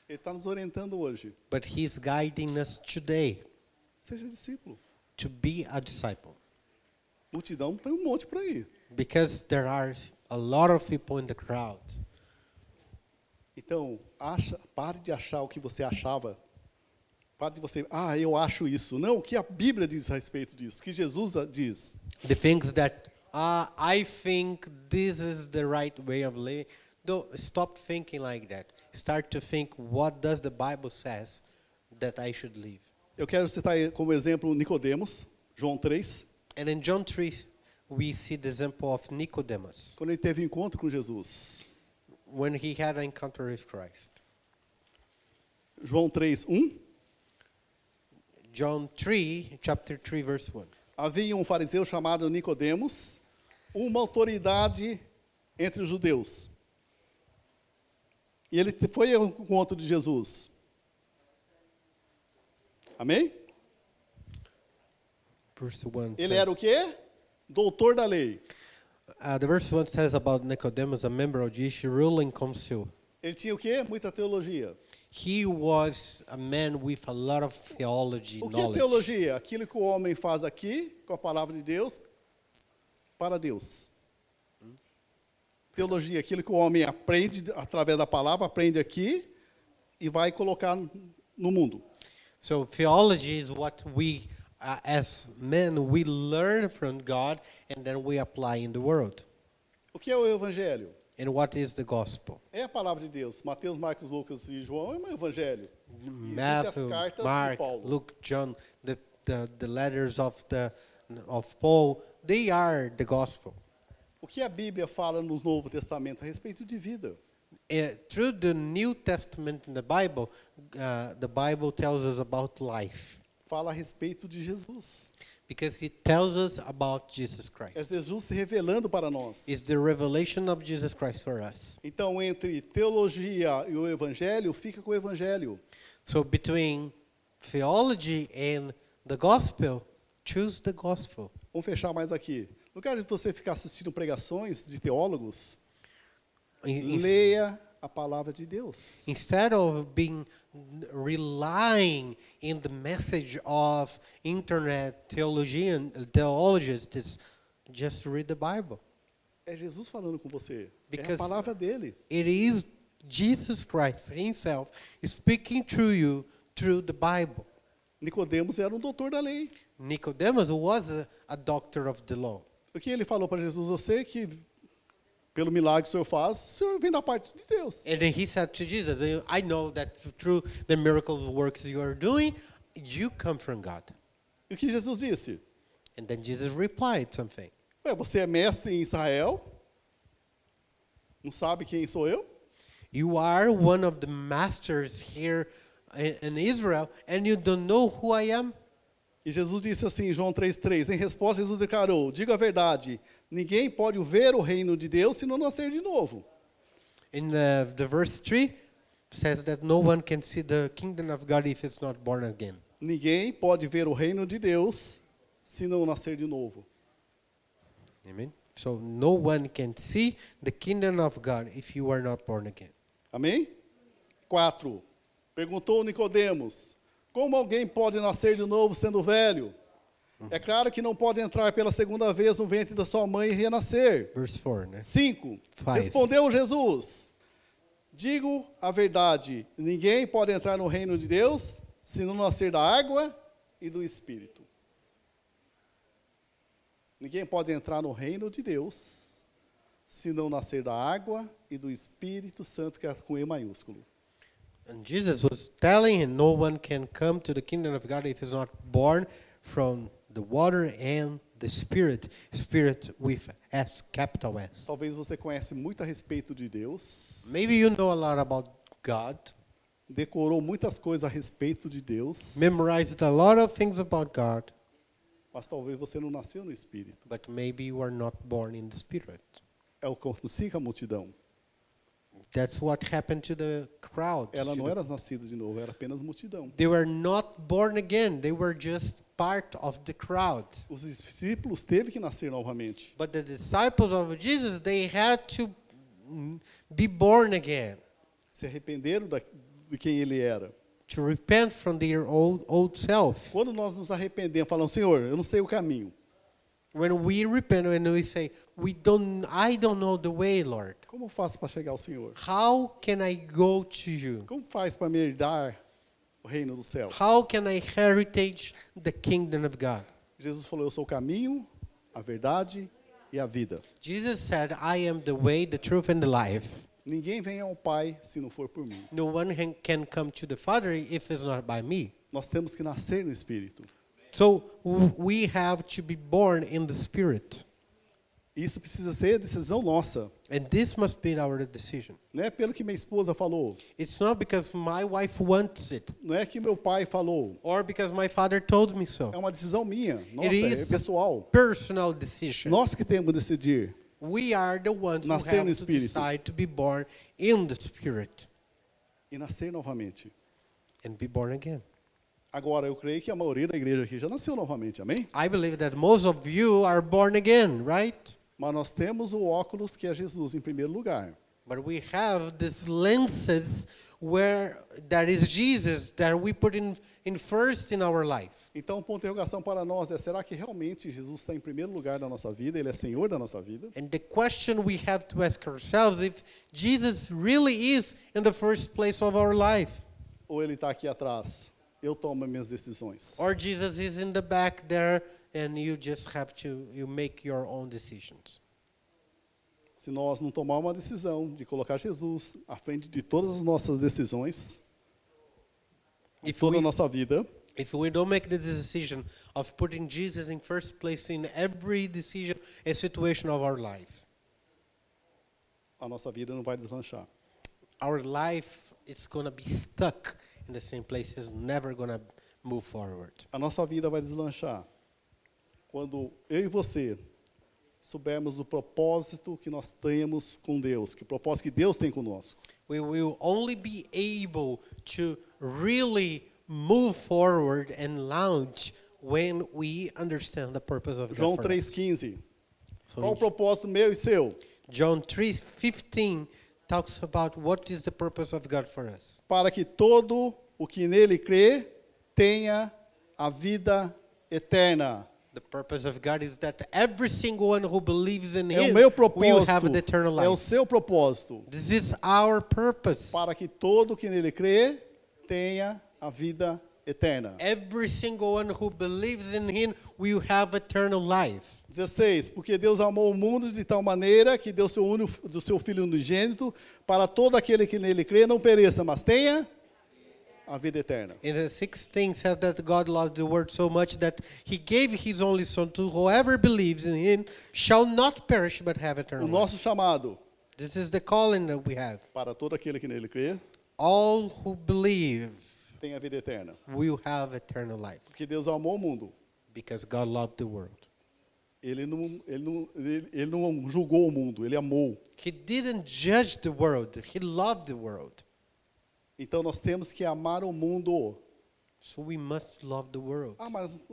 B: Ele está nos orientando hoje.
A: But he's guiding us today
B: Seja discípulo.
A: to be a disciple.
B: Multidão tem um monte por aí.
A: Because there are a lot of people in the crowd.
B: Então, acha, pare de achar o que você achava. Pare de você, ah, eu acho isso. Não, o que a Bíblia diz a respeito disso? O que Jesus a- diz?
A: "Ah, The things that uh, I think this is the right way of living. Don't stop thinking like that. Start to think what does the Bible says that I should live.
B: Eu quero citar aí como exemplo Nicodemos, João 3,
A: And in John 3 we see the example of Nicodemus
B: quando ele teve encontro com Jesus.
A: when he had an encounter with Christ.
B: João um. 3, 1.
A: John 3 chapter 3 verse 1.
B: Havia um fariseu chamado Nicodemos, uma autoridade entre os judeus. E ele te- foi ao encontro de Jesus. Amém?
A: Verse 1.
B: Ele
A: says-
B: era o quê? Doutor da lei.
A: Uh, the verse 1 says about Nicodemus, a member of the Jewish ruling council.
B: Ele tinha o quê? Muita teologia.
A: He was a man with a lot of theology
B: O que é
A: knowledge.
B: teologia? Aquilo que o homem faz aqui com a palavra de Deus para Deus.
A: Hum?
B: Teologia, aquilo que o homem aprende através da palavra, aprende aqui e vai colocar no mundo.
A: So theology is what we, uh, as men, we learn from God and then we apply in the world.
B: O que é o evangelho?
A: And what is the gospel?
B: É a palavra de Deus. Mateus, Marcos, Lucas e João é um evangelho. E Existem
A: Matthew,
B: as cartas de
A: Mark,
B: Paulo.
A: Luke, John, the, the, the letters of the of Paul, they are the gospel.
B: O que a Bíblia fala no Novo Testamento a respeito de vida?
A: Uh, through the New Testament and the Bible, uh, the Bible tells us about life
B: Fala a respeito de Jesus.
A: because it tells us about Jesus
B: É
A: Christ.
B: Jesus se revelando para nós.
A: It's the revelation of Jesus Christ for us.
B: Então, entre teologia e o evangelho, fica com o evangelho.
A: So between theology and the gospel, choose the gospel.
B: Vamos fechar mais aqui. No lugar de você ficar assistindo pregações de teólogos,
A: In- in-
B: leia a palavra de Deus.
A: instead of being relying in the message of internet theology and theologists, it's just read the Bible.
B: É Jesus falando com você. É a
A: Because-
B: palavra dele.
A: It is Jesus Christ Himself speaking through you through the Bible.
B: Nicodemos era um doutor da lei.
A: Nicodemus was a, a doctor of the law.
B: O que ele falou para Jesus? Eu sei que pelo milagre que o senhor faz, o senhor vem da parte de Deus.
A: And then he said to Jesus, I know that through the miracles works you are doing, you come from God.
B: E o que Jesus disse?
A: And then Jesus replied something.
B: Ué, você é mestre em Israel? Não sabe quem sou eu?
A: You are one of the masters here i- in Israel, and you don't know who I am?
B: E Jesus disse assim, João 3,3, em resposta, Jesus declarou: Diga a verdade, ninguém pode ver o reino de Deus se não nascer de novo.
A: In the, the verse 3 says that no one can see the kingdom of God if it's not born again.
B: Ninguém pode ver o reino de Deus se não nascer de novo.
A: Amen. So no one can see the kingdom of God if you are not born again.
B: Amém? 4. Perguntou Nicodemos: Como alguém pode nascer de novo sendo velho? É claro que não pode entrar pela segunda vez no ventre da sua mãe e renascer.
A: Verse 4, né?
B: 5.
A: Five.
B: Respondeu Jesus: Digo a verdade, ninguém pode entrar no reino de Deus se não nascer da água e do espírito. Ninguém pode entrar no reino de Deus se não nascer da água e do Espírito Santo, que é com E maiúsculo.
A: And Jesus was telling him, no one can come to the kingdom of God if he's not born from the water and the spirit. Spirit with S, capital S.
B: Talvez você conhece muito a respeito de Deus,
A: Maybe you know a lot about God,
B: decorou muitas coisas a respeito de Deus,
A: memorized a lot of things about God,
B: mas talvez você não nasceu no Espírito.
A: but maybe you are not born in the spirit.
B: É o que consiga a multidão.
A: That's what happened to the crowd.
B: Ela não era nascida de novo, era apenas multidão.
A: They were not born again. They were just part of the crowd.
B: Os discípulos teve que nascer novamente.
A: But the disciples of Jesus, they had to mm, be born again,
B: Se arrependeram da, de quem ele era.
A: to repent from their old, old self.
B: Quando nós nos arrependemos, falamos, Senhor, eu não sei o caminho.
A: When we repent, when we say, "We don't, I don't know the way, Lord.
B: Como eu faço para chegar ao Senhor?
A: How can I go to you?
B: Como faz para me herdar o reino do céu?
A: How can I heritage the kingdom of God?
B: Jesus falou, eu sou o caminho, a verdade e a vida.
A: Jesus said, I am the way, the truth, and the life.
B: Ninguém vem ao Pai se não for por mim.
A: No one han- can come to the Father if it's not by me.
B: Nós temos que nascer no Espírito.
A: So w- we have to be born in the Spirit.
B: Isso precisa ser decisão nossa.
A: And this must be our decision.
B: Não é pelo que minha esposa falou,
A: It's not because my wife wants it
B: não é que meu pai falou.
A: or because my father told me
B: É
A: so.
B: uma decisão minha, nossa,
A: is-
B: é pessoal.
A: Personal decision.
B: Nós que temos que decidir.
A: We are the ones who have
B: Nascer no
A: to
B: Espírito.
A: decide to be born in the Spirit
B: e nascer novamente.
A: and be born again.
B: Agora, eu creio que a maioria da igreja aqui já nasceu novamente, amém?
A: I believe that most of you are born again, right?
B: Mas nós temos o óculos que é Jesus em primeiro lugar.
A: But we have these lenses where that is Jesus that we put in, in first in our life.
B: Então, o ponto de interrogação para nós é: será que realmente Jesus está em primeiro lugar na nossa vida? Ele é Senhor da nossa vida?
A: And the question we have to ask ourselves if Jesus really is in the first place of our life
B: Ou ele está aqui atrás? Eu tomo as minhas decisões.
A: or Jesus is in the back there and you just have to you make your own decisions.
B: Se nós não tomar uma decisão de colocar Jesus à frente de todas as nossas decisões, de
A: If
B: toda a
A: we,
B: nossa vida,
A: if we don't make the decision of putting Jesus in first place in every decision and situation of our life,
B: a nossa vida não vai deslanchar.
A: our life is going to be stuck in the same place. It's never going to move forward.
B: A nossa vida vai deslanchar quando eu e você soubermos do propósito que nós temos com Deus, que o propósito que Deus tem conosco.
A: We will only be able to really move forward and launch when we understand the purpose of
B: João
A: God. for us.
B: 3,15.
A: So
B: Qual o propósito meu e seu?
A: John 3:15 talks about what is the purpose of God for us.
B: Para que todo o que nele crê tenha a vida eterna.
A: The purpose of God is that every single one who believes in
B: É o
A: Him
B: meu
A: will
B: propósito.
A: have the eternal life.
B: É o seu propósito.
A: This is our purpose.
B: Para que todo o que nele crê tenha a vida eterna.
A: Every single one who believes in Him will have eternal life.
B: 16, porque Deus amou o mundo de tal maneira que deu seu único, do seu Filho unigênito para todo aquele que nele crê não pereça, mas tenha a vida eterna.
A: In the 16 says that God loved the world so much that He gave His only Son to whoever believes in Him shall not perish but have
B: O
A: eternal life.
B: nosso chamado
A: This is the calling that we have.
B: para todo aquele que nele crê
A: All who believe
B: tem a vida eterna,
A: will have eternal life
B: porque Deus amou o mundo.
A: because God loved the world.
B: Ele não, ele não, ele, ele não julgou o mundo, ele amou.
A: He didn't judge the world, He loved the world.
B: Então nós temos que amar o mundo.
A: So we must love the world.
B: Ah, mas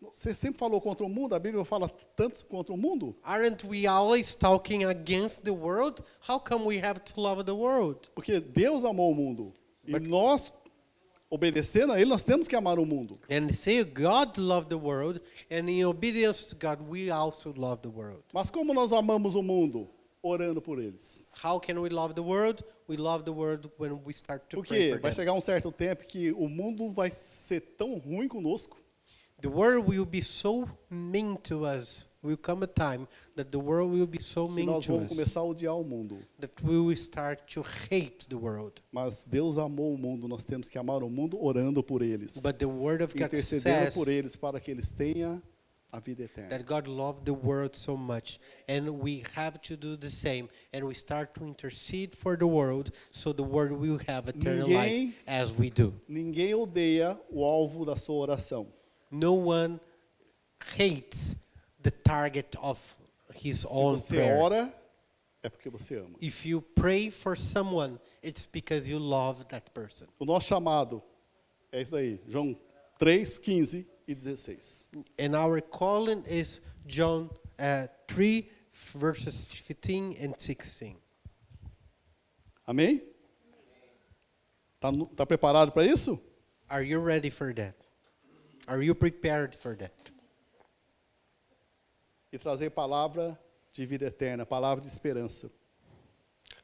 B: você sempre falou contra o mundo? A Bíblia fala tanto contra o mundo?
A: Aren't we always talking against the world? How come we have to love the world?
B: Porque Deus amou o mundo. E nós, obedecendo a Ele, nós temos que amar o mundo.
A: And say God loved the world, and in obedience to God, we also love the world.
B: Mas como nós amamos o mundo? Orando por eles.
A: How can we love the world? We love the world when we start to pray
B: Porque
A: for
B: vai
A: them.
B: chegar um certo tempo que o mundo vai ser tão ruim conosco
A: The world will be so mean to us. Will come a time that the world will be so
B: que
A: mean
B: nós
A: to
B: vamos
A: us
B: começar a odiar o mundo.
A: that we will start to hate the world.
B: Mas Deus amou o mundo, nós temos que amar o mundo orando por eles.
A: But the word of God
B: Intercedendo
A: says
B: por eles para que eles tenham a vida eterna.
A: that God loved the world so much, and we have to do the same, and we start to intercede for the world, so the world will have eternal
B: Ninguém-
A: life as we do.
B: Ninguém odeia o alvo da sua oração.
A: No one hates the target of his
B: Se
A: own
B: você
A: prayer.
B: ora, é porque você ama.
A: If you pray for someone, it's because you love that person.
B: O nosso chamado é isso daí, João 3, 15 e 16.
A: And our calling is John uh, 3, verses 15 and 16.
B: Amém? Tá, no- tá preparado para isso?
A: Are you ready for that? Are you prepared for that?
B: E trazer palavra de vida eterna, palavra de esperança.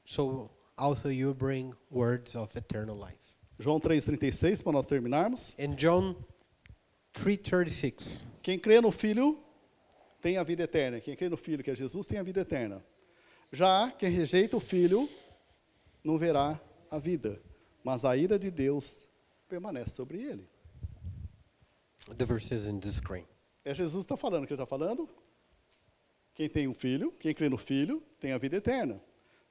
A: So also you bring words of eternal life.
B: João 3, 36, para nós terminarmos.
A: In John 3:36,
B: Quem crê no Filho tem a vida eterna. Quem crê no Filho, que é Jesus, tem a vida eterna. Já quem rejeita o Filho não verá a vida, mas a ira de Deus permanece sobre ele.
A: The verse is in the screen.
B: É Jesus que está falando, o que ele está falando? Quem tem um filho, quem crê no filho, tem a vida eterna.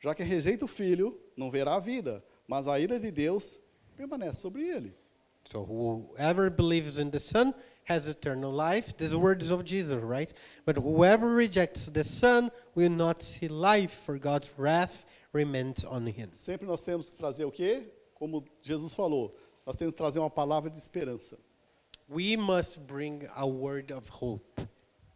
B: Já quem rejeita o filho, não verá a vida, mas a ira de Deus permanece sobre ele.
A: So whoever believes in the Son has eternal life. These words of Jesus, right? But whoever rejects the Son will not see life, for God's wrath remains on him.
B: Sempre nós temos que trazer o quê? Como Jesus falou, nós temos que trazer uma palavra de esperança.
A: We must bring a word of hope.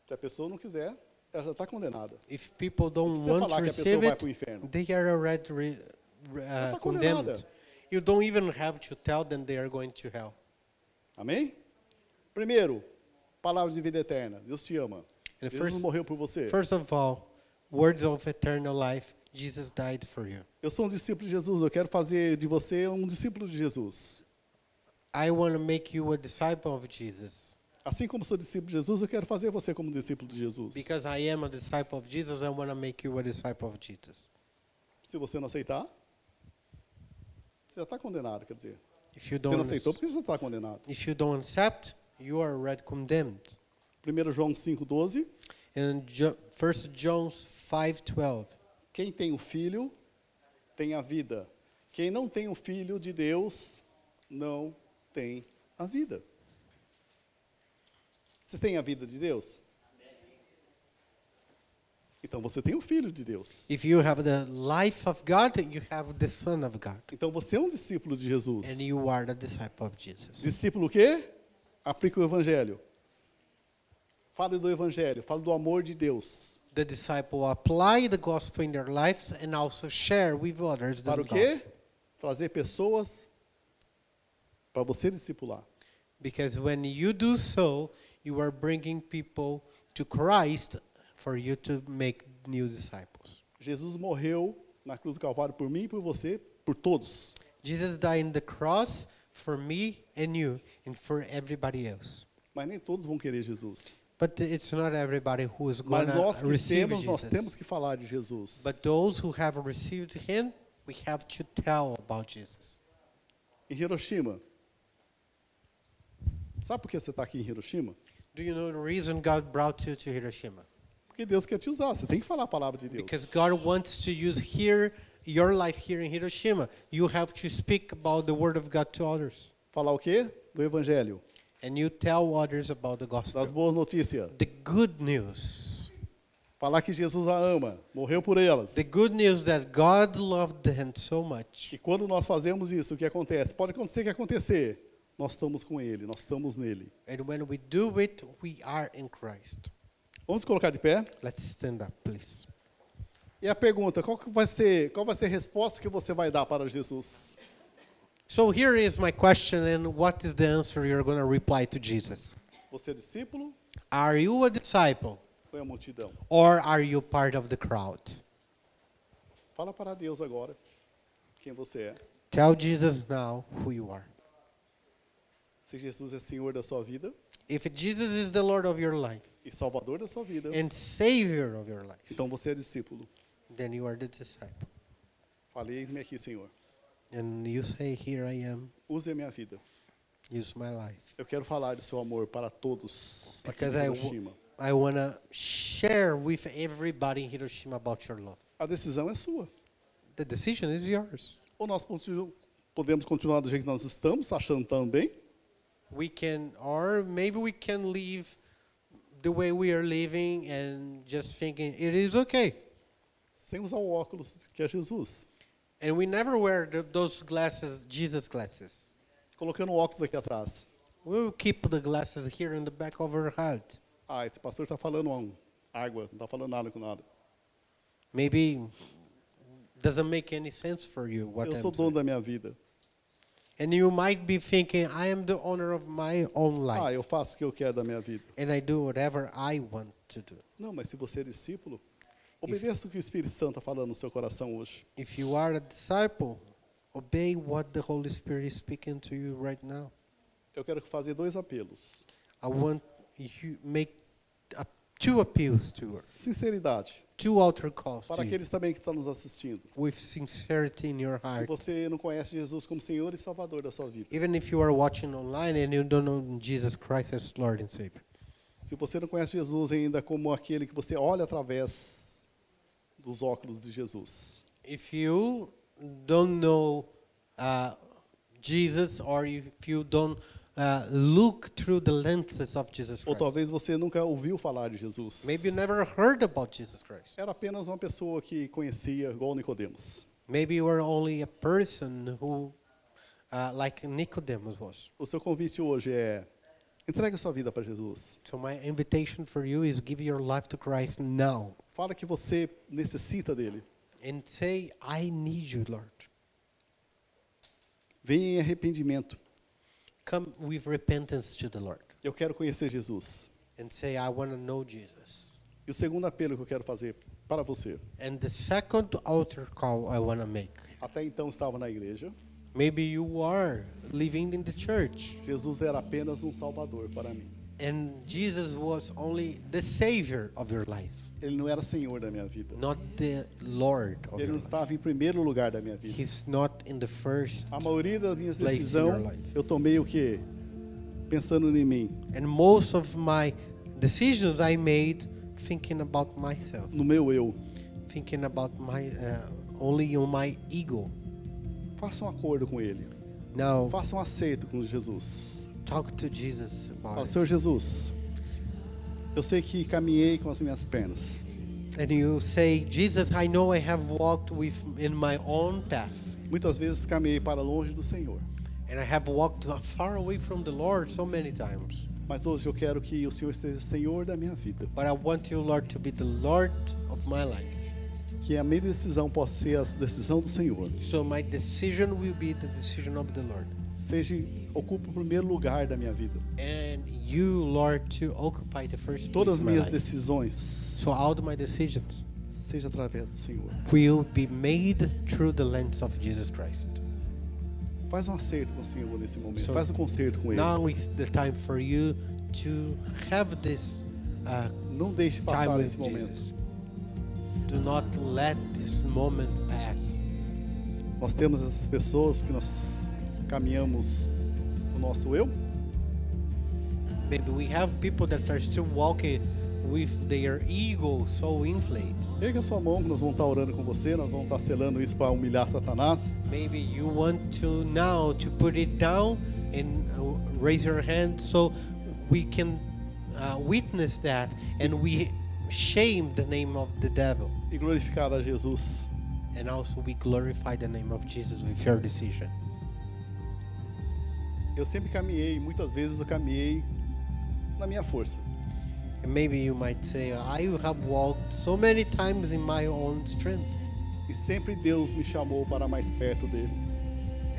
B: Se a pessoa não quiser, ela já está condenada.
A: If people don't
B: precisa
A: want
B: falar
A: to
B: que a pessoa
A: receive
B: vai pro
A: it,
B: inferno.
A: they are already re, re- uh,
B: tá
A: condemned.
B: condenada.
A: You don't even have to tell them they are going to hell.
B: Amém? Primeiro, palavra de vida eterna. Deus te ama.
A: And
B: Jesus
A: first-
B: morreu por você.
A: First of all, words of eternal life. Jesus died for you.
B: Eu sou um discípulo de Jesus. Eu quero fazer de você um discípulo de Jesus.
A: I want to make you a disciple of Jesus.
B: Assim como sou discípulo de Jesus, eu quero fazer você como discípulo de Jesus.
A: Because I am a disciple of Jesus, I want to make you a disciple of Jesus.
B: Se você não aceitar, você já está condenado, quer dizer.
A: If you
B: Se você não
A: don't,
B: aceitou, porque você já está condenado.
A: if you don't accept, you are already condemned.
B: 1 João 5,12.
A: And Jo- 1 John 5:12.
B: Quem tem o filho, tem a vida. Quem não tem o filho de Deus, não tem a vida. Você tem a vida de Deus? Então você tem o filho de Deus.
A: If you have the life of God, you have the Son of God,
B: Então você é um discípulo de Jesus.
A: and you are the disciple of Jesus.
B: Discípulo o quê? Aplica o evangelho. Fale do evangelho, fale do amor de Deus.
A: The disciple apply the gospel in their lives and also share with others the
B: Para o
A: gospel.
B: quê? Trazer pessoas para você discipular.
A: Because when you do so, you are bringing people to Christ for you to make new disciples.
B: Jesus morreu na cruz do Calvário por mim, por você, por todos.
A: Jesus died on the cross for me and you and for everybody else.
B: Mas nem todos vão querer Jesus.
A: But it's not everybody who is
B: Mas
A: going
B: nós
A: to
B: que
A: receive
B: temos, nós
A: Jesus.
B: temos que falar de Jesus.
A: But those who have received him, we have to tell about Jesus.
B: Em Hiroshima. Sabe por que você está aqui em Hiroshima?
A: Do you know the reason God brought you to Hiroshima?
B: Porque Deus quer te usar. Você tem que falar a palavra de Deus.
A: Because God wants to use here your life here in Hiroshima. You have to speak about the word of God to others.
B: Falar o quê? Do Evangelho.
A: And you tell others about the gospel.
B: Das boas notícias.
A: the good news.
B: Falar que Jesus a ama. Morreu por elas.
A: The good news that God loved them so much.
B: E quando nós fazemos isso, o que acontece? Pode acontecer o que acontecer. Nós estamos com Ele, nós estamos nele.
A: And when we do it, we are in Christ.
B: Vamos colocar de pé?
A: Let's stand up, please.
B: E a pergunta, qual que vai ser, qual vai ser a resposta que você vai dar para Jesus?
A: So here is my question, and what is the answer you're going to reply to Jesus?
B: Você é discípulo
A: Are you a disciple
B: ou é a multidão?
A: or are you part of the crowd?
B: Fala para Deus agora quem você é.
A: Tell Jesus now who you are.
B: Se Jesus é Senhor da sua vida
A: If Jesus is the Lord of your life
B: e Salvador da sua vida,
A: and Savior of your life,
B: então você é discípulo.
A: then you are the disciple.
B: Falei, eis-me aqui, Senhor.
A: And you say, Here I am,
B: Use a minha vida.
A: use my life.
B: Eu quero falar de seu amor para todos aqui em
A: Because I, w-
B: Hiroshima.
A: I want to share with everybody in Hiroshima about your love.
B: A decisão é sua.
A: The decision is yours.
B: Ou nós continu- podemos continuar do jeito que nós estamos, achando também,
A: We can, or maybe we can live the way we are living and just thinking it is okay.
B: sem usar o óculos que é Jesus.
A: And we never wear the, those glasses, Jesus glasses.
B: Colocando o óculos aqui atrás.
A: We'll keep the glasses here in the back of our head.
B: Ah, esse pastor está falando um, água, não está falando nada com nada.
A: Maybe doesn't make any sense for you what
B: Eu
A: I'm
B: sou
A: saying.
B: dono da minha vida.
A: And you might be thinking, I am the owner of my own life.
B: Ah, eu faço o que eu quero da minha vida.
A: and I do whatever I want to do.
B: Não, mas se você é discípulo, obedeça o que o Espírito Santo está falando no seu coração hoje.
A: If you are a disciple, obey what the Holy Spirit is speaking to you right now.
B: Eu quero fazer dois apelos.
A: I want you make a Two appeals to her,
B: Sinceridade.
A: two altar calls
B: Para
A: to you,
B: aqueles também que estão nos assistindo.
A: with sincerity in your
B: Se
A: heart.
B: você não conhece Jesus como Senhor e Salvador da sua vida.
A: Even if you are watching online and you don't know Jesus Christ as Lord and Savior.
B: Se você não conhece Jesus ainda como aquele que você olha através dos óculos de Jesus.
A: If you don't know uh, Jesus or if you don't uh, look through the lenses of Jesus
B: Ou
A: Christ,
B: talvez você nunca ouviu falar de Jesus.
A: maybe you never heard about Jesus Christ.
B: Era apenas uma pessoa que conhecia, igual Nicodemos.
A: Maybe you were only a person who, uh, like Nicodemus was.
B: O seu convite hoje é entregue sua vida para Jesus.
A: So my invitation for you is give your life to Christ now
B: Fala que você necessita dele.
A: and say, I need you, Lord.
B: Venha em arrependimento.
A: Come with repentance to the Lord
B: Eu quero conhecer Jesus.
A: and say, I want to know Jesus.
B: E o segundo apelo que eu quero fazer para você.
A: And the second altar call I want to make.
B: Até então estava na igreja.
A: Maybe you are living in the church
B: Jesus era apenas um salvador para mim.
A: and Jesus was only the savior of your life,
B: Ele não era senhor da minha vida.
A: not the Lord of
B: Ele
A: your
B: não
A: life.
B: estava em primeiro lugar da minha vida.
A: He's not in the first
B: A maioria das minhas
A: Place in
B: decisões
A: your life.
B: eu tomei o quê? Pensando em mim,
A: and most of my decisions I made thinking about myself,
B: no meu eu.
A: thinking about my uh, only on my ego.
B: Faça um acordo com ele.
A: Now
B: Faça um aceito com Jesus.
A: talk to Jesus about
B: Fala,
A: it.
B: Senhor Jesus, eu sei que caminhei com as minhas pernas,
A: and you say, Jesus, I know I have walked with in my own path,
B: muitas vezes caminhei para longe do Senhor,
A: and I have walked far away from the Lord so many times.
B: mas hoje eu quero que o Senhor seja Senhor da minha vida,
A: But I want you, Lord, to be the Lord of my life.
B: que a minha decisão possa ser a decisão do Senhor.
A: So my decision will be the decision of the Lord.
B: Seja ocupe o primeiro lugar da minha vida.
A: And you, Lord, to occupy the first place
B: Todas as
A: in my
B: minhas
A: life.
B: decisões
A: So all my decisions
B: seja através do Senhor.
A: will be made through the lens of Jesus Christ.
B: Faz um acerto com o Senhor nesse momento.
A: So-
B: Faz um concerto com ele.
A: Now is the time for you to have this uh,
B: Não deixe
A: time
B: passar
A: with
B: esse momento.
A: Jesus. Do not let this moment pass.
B: Nós temos essas pessoas que nós caminhamos o nosso eu,
A: Maybe we have people that are still walking with their ego so inflated.
B: Erga sua mão, que nós vamos estar orando com você, nós vamos estar selando isso para humilhar Satanás.
A: Maybe you want to now to put it down and uh, raise your hand so we can uh, witness that and we shame the name of the devil
B: E glorificar a Jesus.
A: and also we glorify the name of Jesus with your decision.
B: Eu sempre caminhei, muitas vezes eu caminhei na minha força.
A: And maybe you might say, I have walked so many times in my own strength
B: E sempre Deus me chamou para mais perto dele.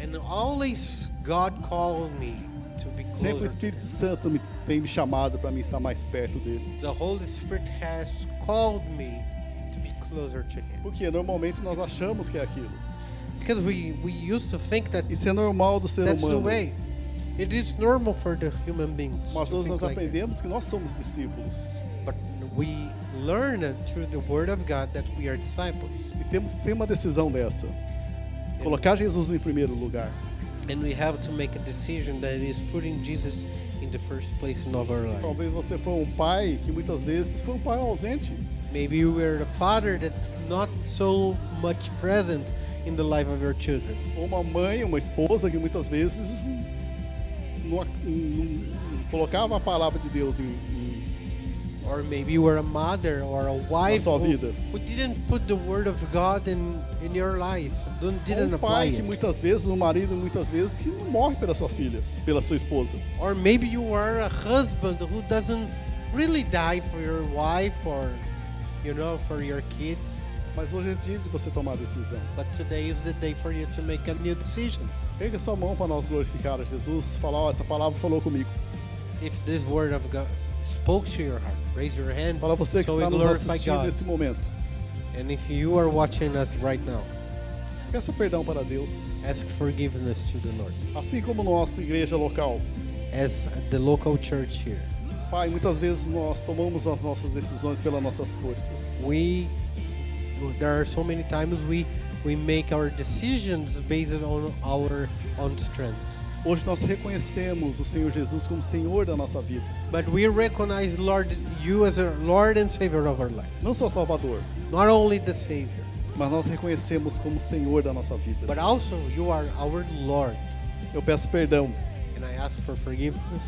A: and always God called me to be
B: Sempre o
A: closer.
B: Espírito Santo me, tem me chamado para mim estar mais perto dele.
A: The Holy Spirit has called me to be closer to him.
B: Porque normalmente nós achamos que é aquilo.
A: Because we, we used to think that
B: Isso é normal do ser
A: That's the
B: humano.
A: way. It is normal for the human beings.
B: Mas
A: to
B: hoje
A: think
B: nós
A: like that.
B: assim, aprendemos que nós somos discípulos.
A: But we learn it through the Word of God that we are disciples,
B: E temos que ter uma decisão dessa.
A: É.
B: Colocar Jesus em primeiro lugar.
A: and we have to make a decision that is putting Jesus in the first place in our life.
B: Talvez você foi um pai que muitas vezes foi um pai ausente.
A: Maybe you were a father that not so much present in the life of your children,
B: Ou uma mãe, uma esposa que muitas vezes não, não- não colocava a palavra de Deus em, em-
A: or maybe you were a mother or a wife
B: sua
A: who,
B: vida.
A: who didn't put the Word of God in in your life, don't, didn't
B: um
A: apply
B: pai que
A: it.
B: muitas vezes, um marido muitas vezes, que não morre pela sua filha, pela sua esposa.
A: Or maybe you are a husband who doesn't really die for your wife or, you know, for your kids.
B: Mas hoje é dia de você tomar a decisão.
A: But today is the day for you to make a new decision.
B: Pega sua mão para nós glorificar a Jesus, falar, ó, essa palavra falou comigo.
A: If this word of God spoke to your heart, raise your hand.
B: Para você que
A: so we
B: está nos
A: glorify
B: assistindo
A: God.
B: nesse momento.
A: And if you are watching us right now,
B: Peça perdão para Deus.
A: ask forgiveness to the Lord.
B: Assim como nossa igreja local,
A: As the local church here,
B: Pai, muitas vezes nós tomamos as nossas decisões pelas nossas forças.
A: We there are so many times we we make our decisions based on our own strength.
B: Hoje nós reconhecemos o Senhor Jesus como Senhor da nossa vida,
A: But we recognize Lord you as a Lord and Savior of our life.
B: não só Salvador,
A: Not only the Savior,
B: mas nós reconhecemos como Senhor da nossa vida.
A: but also you are our Lord.
B: Eu peço perdão
A: And I ask for forgiveness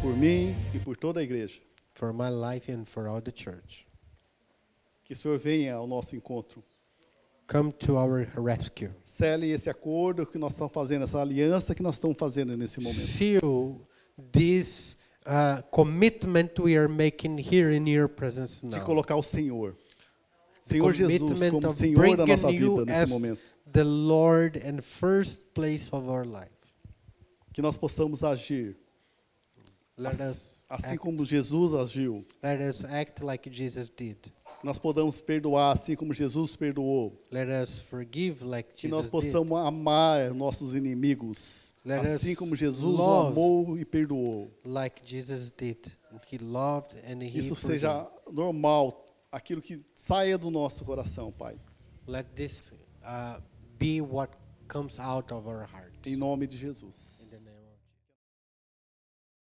B: por mim e por toda a igreja.
A: for my life and for all the church.
B: Que o Senhor venha ao nosso encontro.
A: Come to our rescue.
B: Cele esse acordo que nós estamos fazendo, essa aliança que nós estamos fazendo nesse momento.
A: Seal this uh, commitment we are making here in your presence
B: De
A: now.
B: colocar o Senhor.
A: The
B: Senhor Jesus
A: commitment
B: como
A: of
B: Senhor da
A: bringing
B: nossa
A: you
B: vida nesse
A: as
B: momento.
A: The Lord and first place of our life.
B: Que nós possamos agir
A: Let us,
B: assim
A: act,
B: como Jesus agiu.
A: let us act like Jesus did.
B: Que nós podamos perdoar assim como Jesus perdoou.
A: Let us forgive like
B: Que nós
A: Jesus did.
B: possamos amar nossos inimigos.
A: Let
B: Assim
A: us
B: como Jesus o
A: love.
B: amou e perdoou.
A: Like Jesus did. He loved and he
B: Isso
A: forgave.
B: seja normal, aquilo que saia do nosso coração, Pai.
A: Let this uh, be what comes out of our hearts.
B: Em nome de Jesus.
A: In the